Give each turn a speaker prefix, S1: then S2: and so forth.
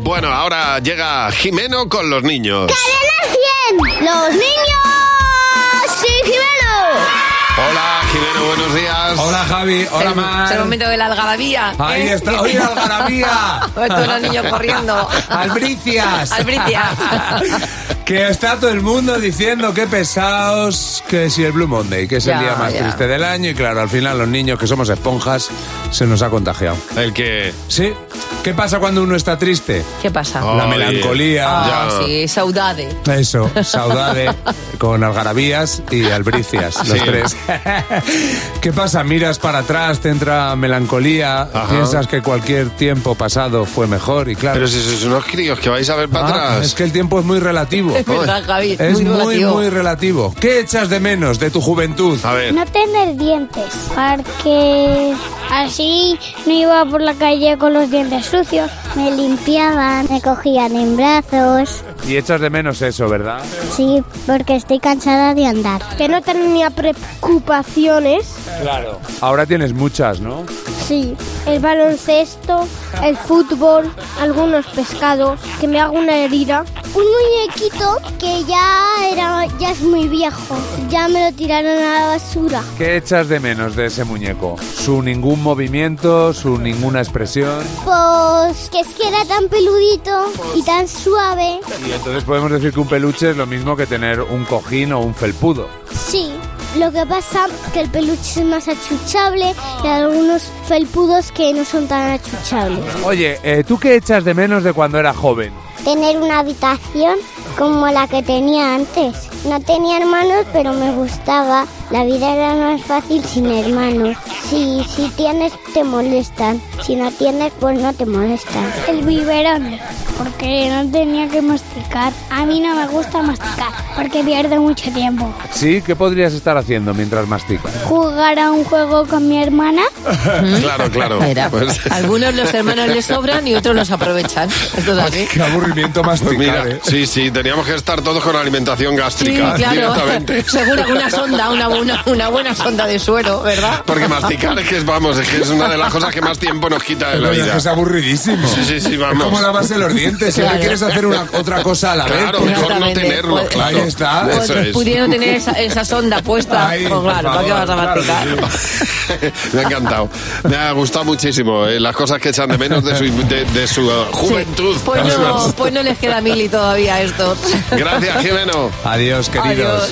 S1: Bueno, ahora llega Jimeno con los niños.
S2: ¡Cadena 100! ¡Los niños! ¡Sí, Jimeno!
S1: Hola, Jimeno, buenos días.
S3: Hola Javi, hola Mar.
S4: Es el momento de la algarabía.
S3: Ahí
S4: ¿eh?
S3: está, oye, algarabía.
S4: Todos los niños corriendo.
S3: Albricias.
S4: Albricias.
S3: que está todo el mundo diciendo que pesados, que si el Blue Monday, que es
S4: Ya,
S3: el día más
S4: ya.
S3: triste del año y claro, al final los niños que somos esponjas se nos ha contagiado.
S1: El que...
S3: ¿Sí? ¿Qué pasa cuando uno está triste?
S4: ¿Qué pasa?
S1: Oh,
S3: La
S1: Ay,
S3: melancolía.
S4: Ah, sí, saudade.
S3: Eso, saudade con algarabías y albricias, los
S1: Sí.
S3: tres. ¿Qué pasa? Miras para atrás, te entra melancolía,
S1: Ajá.
S3: piensas que cualquier tiempo pasado fue mejor y claro.
S1: Pero si sois unos críos que vais a ver para
S3: Ah,
S1: atrás.
S3: es que el tiempo es muy relativo.
S4: Es verdad, Javi.
S3: Es muy, muy,
S4: relativo.
S3: relativo. ¿Qué echas de menos de tu juventud?
S1: A ver,
S2: No tener dientes. Porque así no iba por la calle con los dientes sucios. Me limpiaban, me cogían en brazos.
S3: Y echas de menos eso, ¿verdad?
S2: Sí, porque estoy cansada de andar. Que no tenía preocupaciones.
S3: Claro. Ahora tienes muchas, ¿no?
S2: Sí, el baloncesto, el fútbol, algunos pescados, que me hago una herida. Un muñequito que ya era ya es muy viejo, ya me lo tiraron a la basura.
S3: ¿Qué echas de menos de ese muñeco? Su ningún movimiento, su ninguna expresión.
S2: Pues que es que era tan peludito y tan suave.
S3: Y entonces podemos decir que un peluche es lo mismo que tener un cojín o un felpudo.
S2: Sí, lo que pasa que el peluche es más achuchable y hay algunos felpudos que no son tan achuchables.
S3: Oye, eh, ¿tú qué echas de menos de cuando era joven?
S2: Tener una habitación como la que tenía antes. No tenía hermanos, pero me gustaba. La vida era más fácil sin hermanos. Si, si tienes, te molestan. Si no tienes, pues no te molestan. El biberón, porque no tenía que masticar. A mí no me gusta masticar, porque pierdo mucho tiempo.
S3: Sí, ¿qué podrías estar haciendo mientras masticas?
S2: Jugar a un juego con mi hermana.
S1: claro, claro.
S4: Mira,
S1: Pues-
S4: algunos los hermanos les sobran y otros los aprovechan. Esto es así.
S3: Qué aburrimiento
S1: Pues
S3: masticar,
S1: mira, sí, sí, teníamos que estar todos con alimentación
S4: Sí,
S1: gástrica
S4: claro.
S1: directamente.
S4: Seguro que una sonda, una, una, una buena sonda de suero, ¿verdad?
S3: Pues
S1: Porque masticar es que es, vamos, es que es una de las cosas que más tiempo nos quita de la vida.
S3: aburridísimo.
S1: Sí, sí, sí, vamos.
S3: Es como lavarse los dientes, siempre
S4: Claro.
S3: quieres hacer una, otra cosa a la
S1: Claro, mejor
S3: vez.
S1: no
S4: Exactamente.
S1: tenerlo,
S4: Pues-
S1: claro.
S3: Ahí está.
S1: Eso
S4: Otros
S1: es.
S4: pudieron tener esa, esa sonda puesta.
S3: Ahí,
S4: pues claro,
S3: por
S4: ¿para qué vas
S3: favor,
S4: a
S3: claro que
S4: masticar?
S1: Me ha encantado. Me ha gustado muchísimo eh, las cosas que echan de menos de su, de, de su eh, juventud.
S4: Pues no, pues no les queda mili todavía a estos.
S1: Gracias, Jimeno.
S3: Adiós, queridos.
S4: Adiós.